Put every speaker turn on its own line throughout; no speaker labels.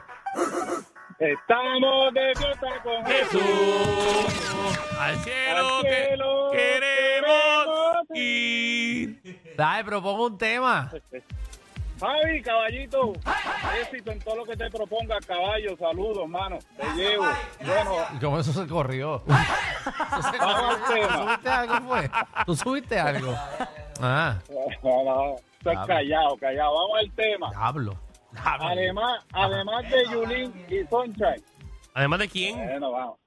Estamos de fiesta con
Jesús, al cielo,
Al
que-
cielo
queremos
queremos
ir.
Dale, propongo un tema.
Javi, caballito. Éxito en todo lo que te proponga, caballo. Saludos, mano. Te llevo. Bueno,
¿Y cómo eso se corrió? Eso se
Vamos al
corrió.
tema.
¿Tú subiste algo, fue? ¿Tú subiste algo? Ah,
no, no, estás
Vamos.
callado, callado. Vamos al tema.
diablo.
Además, además de Yulín y Sunshine.
Además de quién?
Bueno, vamos.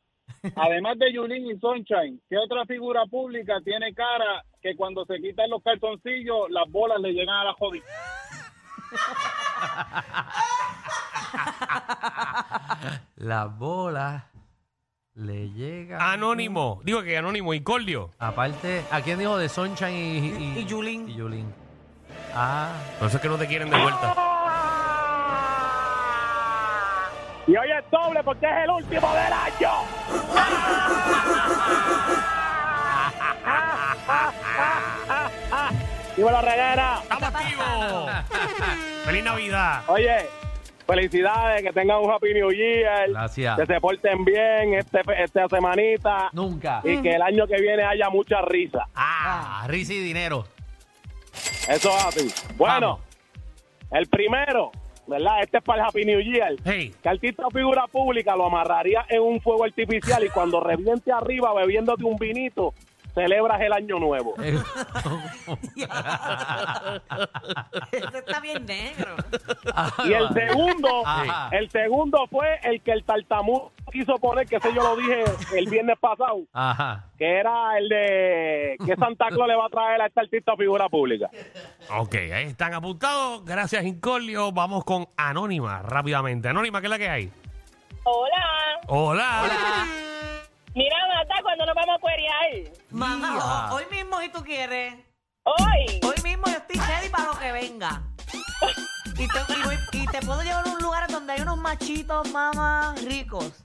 Además de Yulín y Sunshine, ¿qué otra figura pública tiene cara que cuando se quitan los calzoncillos, las bolas le llegan a la jodida?
Las bolas le llegan.
Ah,
Anónimo. Digo que anónimo, Incordio.
Aparte, ¿a quién dijo de Sunshine y, y,
Y Yulín.
y Yulín? Ah.
Por eso es que no te quieren de vuelta.
Y hoy es doble porque es el último del año. Y la reguera.
¡Estamos activos! ¡Feliz Navidad!
Oye, felicidades, que tengan un Happy New Year.
Gracias.
Que se porten bien este, esta semanita.
Nunca.
Y que el año que viene haya mucha risa.
Ah, risa y dinero.
Eso es así. Bueno,
Vamos.
el primero, ¿verdad? Este es para el Happy New Year.
Hey,
Que artista o figura pública lo amarraría en un fuego artificial y cuando reviente arriba bebiéndote un vinito, celebras el año nuevo.
Eh,
Ese está bien negro.
Y el segundo,
Ajá.
el segundo fue el que el tartamudo quiso poner, que ese yo lo dije el viernes pasado,
Ajá.
que era el de que Santa Claus le va a traer a este artista o figura pública.
Ok, ahí están apuntados. Gracias, Incolio. Vamos con Anónima rápidamente. Anónima, ¿qué es la que hay?
Hola.
Hola.
Mira, Mata, ¿cuándo nos vamos a cuerear?
Mamá, ho- hoy mismo si tú quieres.
Hoy.
Hoy mismo yo estoy ready para lo que venga. Y te, y voy- y te puedo llevar a un lugar donde hay unos machitos, mamá, ricos.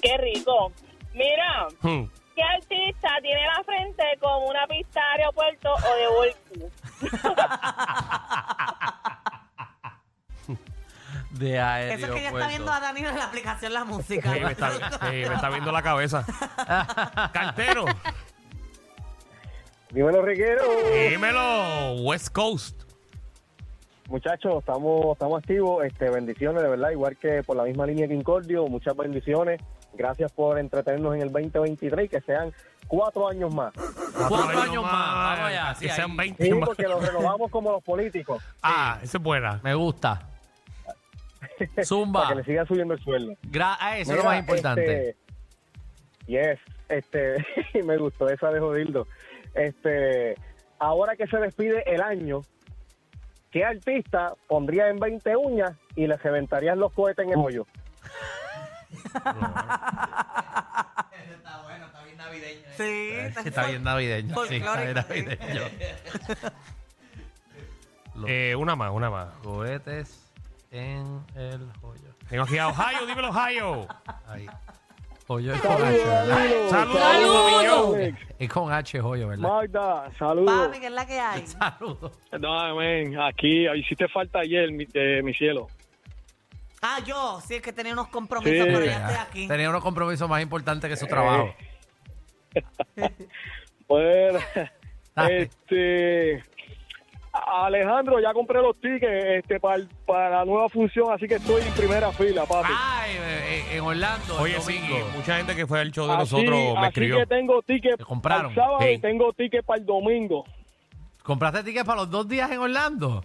Qué rico. Mira,
Hmm.
¿qué artista tiene la frente como una pista de aeropuerto o de volky?
De aéreo,
Eso es que ya está
puerto.
viendo a Danilo en la aplicación La Música.
Sí, me, pues está, sí, me está viendo la cabeza. Cartero,
Dímelo, Riquero.
dímelo, West Coast.
Muchachos, estamos, estamos activos. Este, bendiciones, de verdad, igual que por la misma línea que Incordio, muchas bendiciones. Gracias por entretenernos en el 2023 y que sean cuatro años más.
Cuatro años más. Vamos allá,
Que
sí,
sean
ahí.
20
Sí,
más.
porque los renovamos como los políticos,
Ah, esa es buena.
Me gusta.
para
Zumba.
que le siga subiendo el sueldo.
Gra- ah, eso es lo
Mira,
más importante.
este, yes, este, me gustó esa de Jodildo. Este, ahora que se despide el año, ¿qué artista pondría en 20 uñas y le reventarían los cohetes en
Uh,
el hoyo?
Sí,
Está bien navideño. Sí, está bien
Folclórico, sí.
navideño.
Eh, una más, una más.
Cohetes en el joyo.
Tengo aquí a Ohio, dímelo, Ohio.
Ahí. Joyo es con H.
Oh,
Saludos, millón.
Es con H joyo, ¿verdad?
Magda, saludos.
Papi, que es la que hay.
Saludos.
No, men, aquí hiciste falta ayer, mi, eh, mi cielo.
Ah, yo, sí, es que tenía unos compromisos,
Sí.
pero ya estoy aquí.
Tenía unos compromisos más importantes que su trabajo.
Eh. Bueno,
Dale.
Pues, este. Alejandro, ya compré los tickets este, para, el- para la nueva función, así que estoy en primera fila, papi.
Ay, eh, eh, en Orlando,
Oye,
el
sí,
domingo.
mucha gente que fue al show de
Así-
nosotros me
así
escribió.
que tengo tickets
Te compraron.
para el sábado
Hey.
y tengo tickets para el domingo.
¿Compraste tickets para los dos días en Orlando?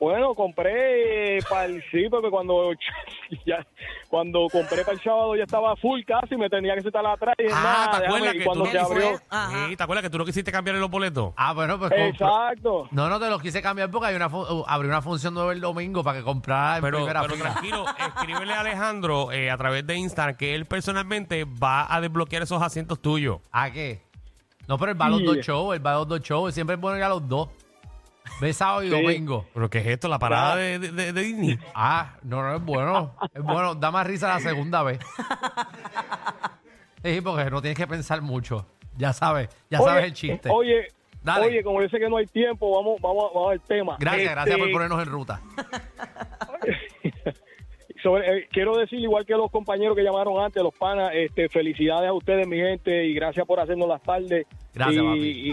Bueno, compré eh, para el sí, porque cuando, ya- cuando compré para el sábado ya estaba full casi, me tenía que sentar atrás y dije,
Ah,
nada,
¿te
déjame
acuerdas
ir
que
cuando
tú
se
no
fue?
abrió.
Ajá.
Sí, ¿Te acuerdas que tú no quisiste cambiar los boletos?
Ah, bueno, pues compro.
Exacto.
No, no te los quise cambiar porque hay una fu- uh, abrió una función nueva el domingo para que comprara en
Pero,
primera
pero
fila.
tranquilo, escríbele a Alejandro eh, a través de Instagram que él personalmente va a desbloquear esos asientos tuyos.
¿A qué? No, pero él va a los
Sí.
dos shows, él va a los dos shows, siempre es bueno ir a los dos. Ve sábado y
Sí.
domingo.
¿Pero qué es esto? ¿La parada de, de- de- de Disney?
Ah, no, no, es bueno. Es bueno, da más risa la segunda vez. Sí, porque no tienes que pensar mucho. Ya sabes, ya sabes el chiste.
Oye,
Dale.
oye, como dice que no hay tiempo, vamos, vamos, vamos al tema.
gracias,
Este,
gracias por ponernos en ruta.
sobre- eh, quiero decir, igual que los compañeros que llamaron antes, los panas, este, felicidades a ustedes, mi gente, y gracias por hacernos las tardes.
Gracias,
y,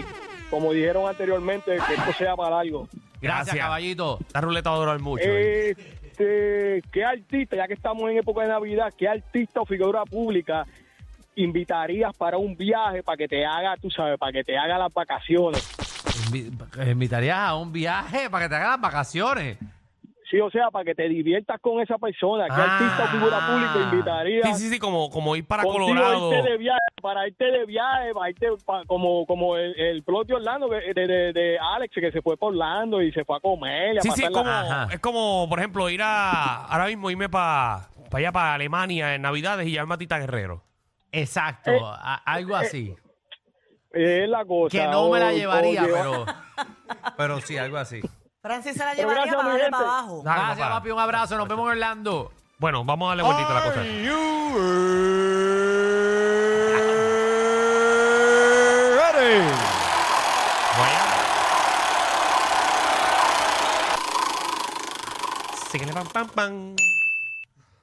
papi.
y como dijeron anteriormente, que esto sea para algo.
Gracias,
Gracias.
caballito.
Esta ruleta va a durar mucho. eh.
Este, ¿Qué artista, ya que estamos en época de Navidad, qué artista o figura pública invitarías para un viaje, para que te haga, tú sabes, para que te haga las vacaciones?
Invi- eh, invitarías a un viaje para que te hagan las vacaciones.
Sí, o sea, para que te diviertas con esa persona. ¿Qué artista o figura pública invitaría?
Sí, sí, sí, como, como ir para
Contigo
Colorado.
irte de viaje, para irte de viaje, para irte pa- como, como el, el plot de Orlando, que- de, de- de Alex, que se fue por Orlando y se fue a comer. y a
Sí, sí, es
pasarla-
como,
Ajá.
es como, por ejemplo, ir a, ahora mismo irme para allá, para Alemania en Navidades y llevarme a Tita Guerrero.
Exacto, a- algo así.
Es la cosa.
Que no me
Eh, o-
la
o
llevaría,
lleva-
pero, pero sí, algo así.
Francis se la
Pero
llevaría
gracias,
para
mi
darle
gente.
para abajo.
Dale,
Gracias,
papá.
papi. Un abrazo. Nos vemos en Orlando.
Bueno, vamos a darle vueltita a la cosa. Síguele, pam, pam, pam.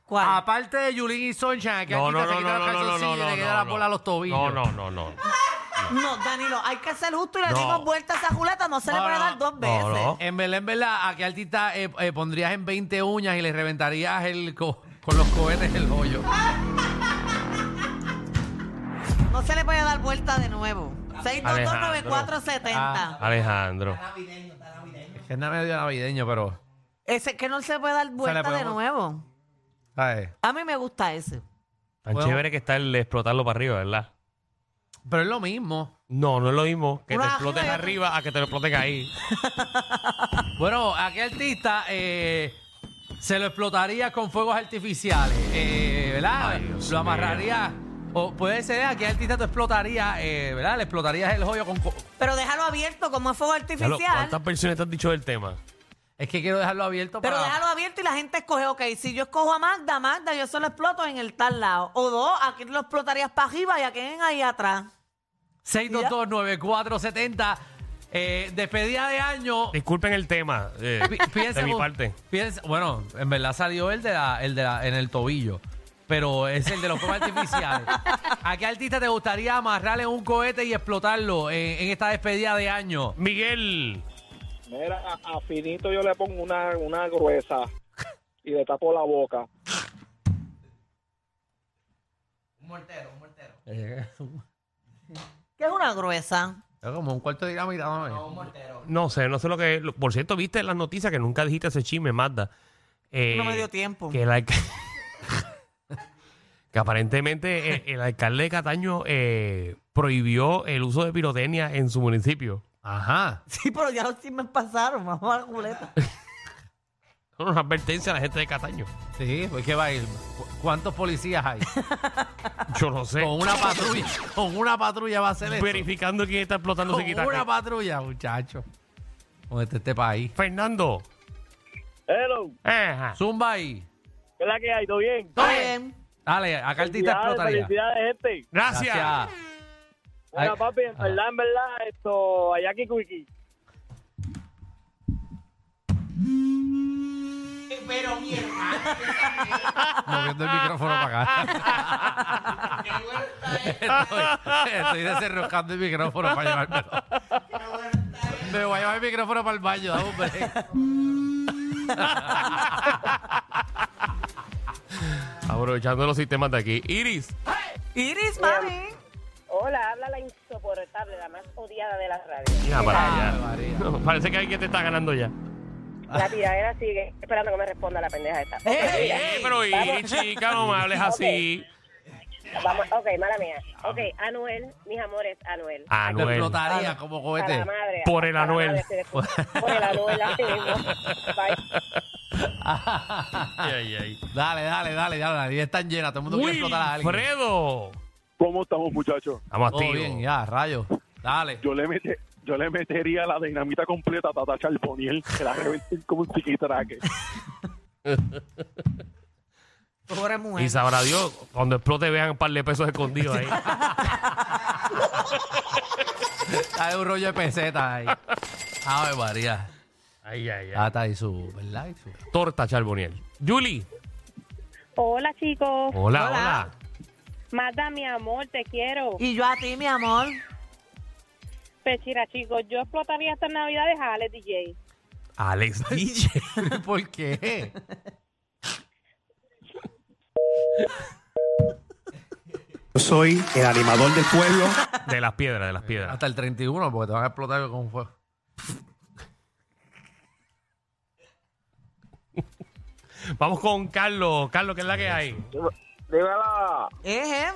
¿Cuál?
Ah,
Aparte de Yulín y Sunshine, que
No,
aquí
no,
te se
no,
quita
no,
los
no, no,
calzoncillos
no,
y le
no,
queda
no,
la
no.
bola a los tobillos.
No, no, no, no.
No, Danilo, hay que ser justo y le
No.
dimos vuelta a esa juleta, no se le
No,
puede
no,
dar dos
no,
veces.
no.
En verdad, en verdad, ¿a qué artista eh, eh, pondrías en 20 uñas y le reventarías el co- con los cohetes el hoyo?
No se le puede dar vuelta de nuevo.
Ah.
6229470.
Alejandro.
Ah, Que es medio navideño, pero.
Ese que no se puede dar vuelta de
podemos-
nuevo.
¿sabes?
A mí me gusta ese.
Tan
Bueno.
chévere que está el explotarlo para arriba, ¿verdad?
Pero es lo mismo.
No, no es lo mismo que
Uno
te
arriba
explotes
y otro-
arriba a que te lo exploten ahí.
Bueno, ¿a qué artista eh, se lo explotaría con fuegos artificiales? Eh, ¿Verdad? lo amarraría. O puede ser a qué artista te explotaría, eh, ¿verdad? Le explotarías el joyo con. co-
Pero déjalo abierto como es fuego
Ya lo-
artificial.
¿Cuántas personas te han dicho del tema?
Es que quiero dejarlo abierto
Pero
para.
déjalo abierto y la gente escoge, ok, si yo escojo a Magda, Magda, yo solo exploto en el tal lado. O dos, aquí lo explotarías para arriba y aquí en ahí atrás.
6229470. Eh, despedida de año.
Disculpen el tema eh,
Pi-
de mi
un-
parte.
piensa- bueno, en verdad salió el de la, el de la- en el tobillo. Pero es el de los fuegos artificiales. ¿A qué artista te gustaría amarrarle un cohete y explotarlo en, en esta despedida de año?
Miguel,
Mira, a, a Finito yo le pongo una, una gruesa y le tapo la boca.
Que es una gruesa.
Eh, Es como un cuarto de dinamita, mami.
no sé, no sé lo que es. Lo- Por cierto, viste en las noticias que nunca dijiste ese chisme, Magda. Eh,
No me dio tiempo.
Que, el alca- que aparentemente eh, el, alcalde de Cataño eh, prohibió el uso de pirotecnia en su municipio.
Ajá.
Sí, pero ya los chismes pasaron, vamos a la culeta.
Son una advertencia a la gente de Cataño.
Sí, pues que va a ir. ¿Cu- ¿Cuántos policías hay?
Yo no sé.
Con una patrulla. Con una patrulla va a ser eso.
Verificando quién está explotando
Con
su guitarra.
una patrulla, muchacho. Con este, este país.
Fernando.
Hello,
Ajá.
Zumba ahí.
¿qué es la que hay? ¿Todo bien?
Está bien.
Dale, acá artista explotaría.
gente.
Gracias.
Ay,
Mira, papi, en
ah.
verdad, en verdad, esto, Ayaki Kuiki.
Moviendo el micrófono para acá. estoy, estoy desenroscando el micrófono para llevármelo. Me voy a llevar el micrófono para el baño, dame un break.
Aprovechando los sistemas de aquí. Iris.
Iris, mami.
Hola, habla la insoportable, la más odiada de la radio.
Mira para allá.
María.
No, parece que alguien te está ganando ya.
La tiradera sigue esperando que me responda la pendeja esta.
Eh,
Eh, pero Iris, chica, no me hables así.
Vamos, ok, mala mía. Ok, Anuel, mis amores, Anuel.
Lo
Anuel.
explotaría como
Para
cohete.
la madre.
Por el
Para la
Anuel.
madre, estoy de- Por el Anuel, así mismo. Bye.
Ay, ay.
Dale, dale, dale, ya la vida está llena, todo el mundo quiere explotar a alguien.
Wilfredo.
¿Cómo estamos, muchachos?
Vamos
Todo
activos.
bien, ya, rayos. Dale.
Yo le, mete- yo le metería la dinamita completa a Tata Charboniel, que la reventé como un chiquitraque.
Pobre mujer.
Y sabrá Dios, cuando explote vean un par de pesos escondidos ahí.
Dale un rollo de pesetas ahí. Ave María.
ay, ay, ay.
Ah, está ahí su, ¿verdad? Y su-
Torta Charboniel. Julie.
Hola, chicos.
Hola, hola.
Hola.
Mata, mi amor, te quiero.
Y yo a ti, mi amor.
Pechira, chicos, yo explotaría estas navidades a Alex DJ.
Alex DJ.
¿Por qué?
Yo soy el animador del pueblo.
De las piedras, de las piedras.
Hasta el 31, porque te van a explotar con fuego.
Vamos con Carlos. Carlos, ¿qué es la que hay?
Dímela.
Es él.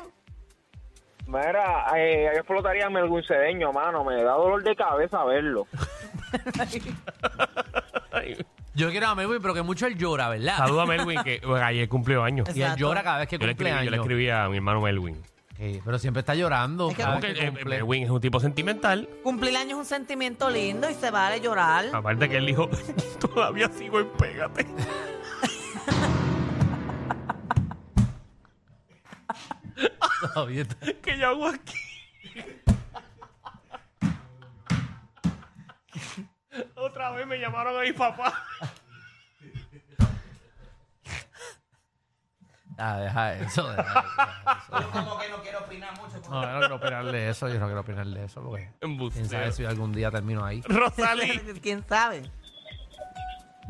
Mira, eh, yo explotaría a Melvin Cedeño, mano. Me da dolor de cabeza verlo.
Yo quiero a Melvin, pero que mucho él llora, ¿verdad?
Saluda a Melwin, que bueno, ayer cumplió años.
Y él
Exacto.
llora cada vez que
Yo le,
cumple
escribí, yo le
años.
escribí a mi hermano Melwin.
Sí, pero siempre está llorando.
Es que
cada
Porque
vez que
eh,
cumple.
Melwin es un tipo sentimental.
Cumplir años es un sentimiento lindo y se vale llorar.
Aparte que él dijo, todavía sigo en pégate.
Todavía está-
¿Qué yo hago aquí? Otra vez me llamaron a mi papá.
Ah, deja eso. deja eso, deja eso. No, yo no quiero opinarle eso. Yo no quiero opinarle eso. Porque quién sabe si algún día termino ahí.
Rosalí.
¿Quién sabe?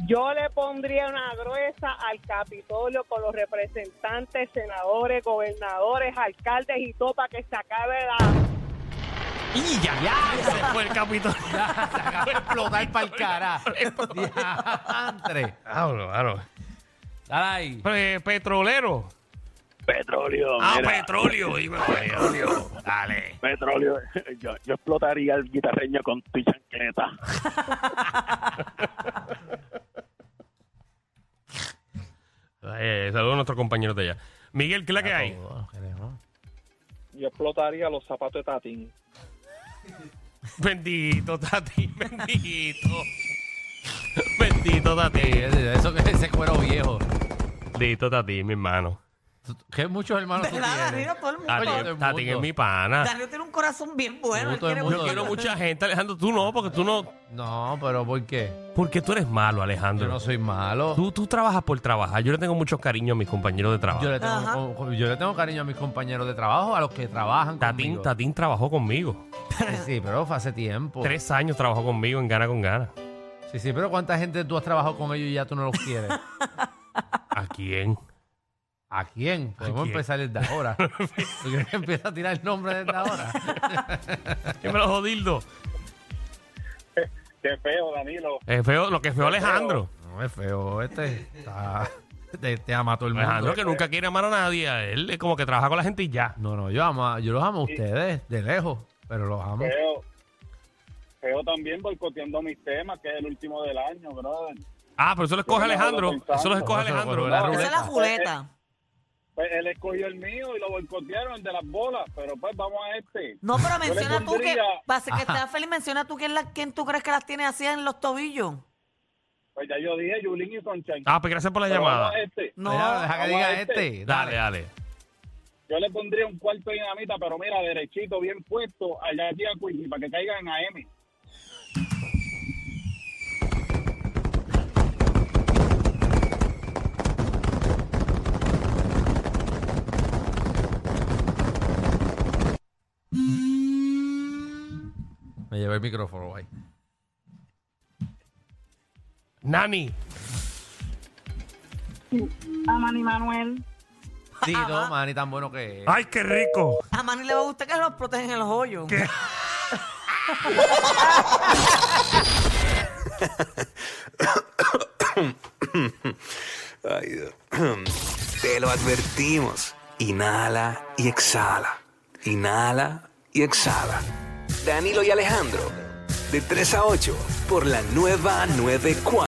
Yo le pondría una gruesa al Capitolio con los representantes, senadores, gobernadores, alcaldes y todo para que se acabe la...
Y ya, se fue el capítulo.
Se acaba de explotar para el cara. Diantre.
Hablo, hablo.
Dale ahí.
Eh, petrolero.
Petróleo.
Ah,
mira,
petróleo, dime petróleo. Dale.
petróleo. Yo, yo explotaría el guitarreño con tu chancleta.
Eh, saludos a nuestros compañeros de allá. Miguel, ¿qué es la que hay?
Yo explotaría los zapatos de Tatín.
Bendito, Tati, bendito. bendito, Tati.
Eso que ese cuero viejo.
Bendito, Tati, mi hermano.
Tú- Que muchos hermanos tú
¿Verdad,
tienes.
Danilo? Todo el mundo.
Tati,
todo el
Tati
mundo.
es mi pana.
Danilo tiene un corazón bien bueno. Él
Todo el
quiere
mundo.
Yo
mucho-
quiero mucha gente, Alejandro. Tú no, porque tú no.
No, pero ¿por qué?
Porque tú eres malo,
Yo
Alejandro.
no soy malo.
Tú, tú trabajas por trabajar. Yo le tengo mucho cariño a mis compañeros de trabajo.
Yo le,
Ajá.
tengo, yo le tengo cariño a mis compañeros de trabajo, a los que trabajan
Tatín,
conmigo.
Tatín trabajó conmigo.
Sí, pero fue hace tiempo.
Tres años trabajó conmigo en Gana con Gana.
Sí, sí, pero ¿cuánta gente tú has trabajado con ellos y ya tú no los quieres?
¿A quién?
¿A quién? Podemos
quién?
empezar desde ahora. ¿Tú quieres que empiece a tirar el nombre desde ahora?
Dímelo, Jodildo.
Qué feo, Danilo.
Es feo, lo que es feo Alejandro.
No, es feo este. Está, te, te ama todo el mundo.
Alejandro que nunca quiere amar a nadie. a Él es como que trabaja con la gente y ya.
No, no, yo, amo, a- yo los amo a ustedes, de lejos, pero los amo.
Feo. Feo también boicoteando mis temas, que es el último del año, brother.
Ah, pero eso lo escoge
Yo no lo
Alejandro.
pensaba.
Eso lo escoge
No, eso lo
Alejandro.
cogió la
Esa es la
ruleta.
juleta.
Pues él escogió el mío y lo boicotearon, el de las bolas, pero pues vamos a este.
No, pero
le
menciona tú que.
pondría-
Para ser que estés feliz, menciona tú quién, la, quién tú crees que las tiene así en los tobillos.
Pues ya yo dije, Yulín y Sunshine.
Ah, pues gracias por la
Pero
llamada.
vamos a este.
No.
Mira, deja que
vamos a
diga
este.
este.
Dale, dale.
Yo le pondría un cuarto de dinamita, pero mira, derechito, bien puesto, allá aquí a Quickie, para que caigan a M.
Me llevé el micrófono, guay.
Nani.
A Manny Manuel.
Sí, no, man, y tan bueno que es.
¡Ay, qué rico!
A Manny le va a gustar que los protegen en los hoyos.
Ay, Dios. Te lo advertimos. Inhala y exhala. Inhala y exhala. Danilo y Alejandro, de 3 a 8, por la nueva 94.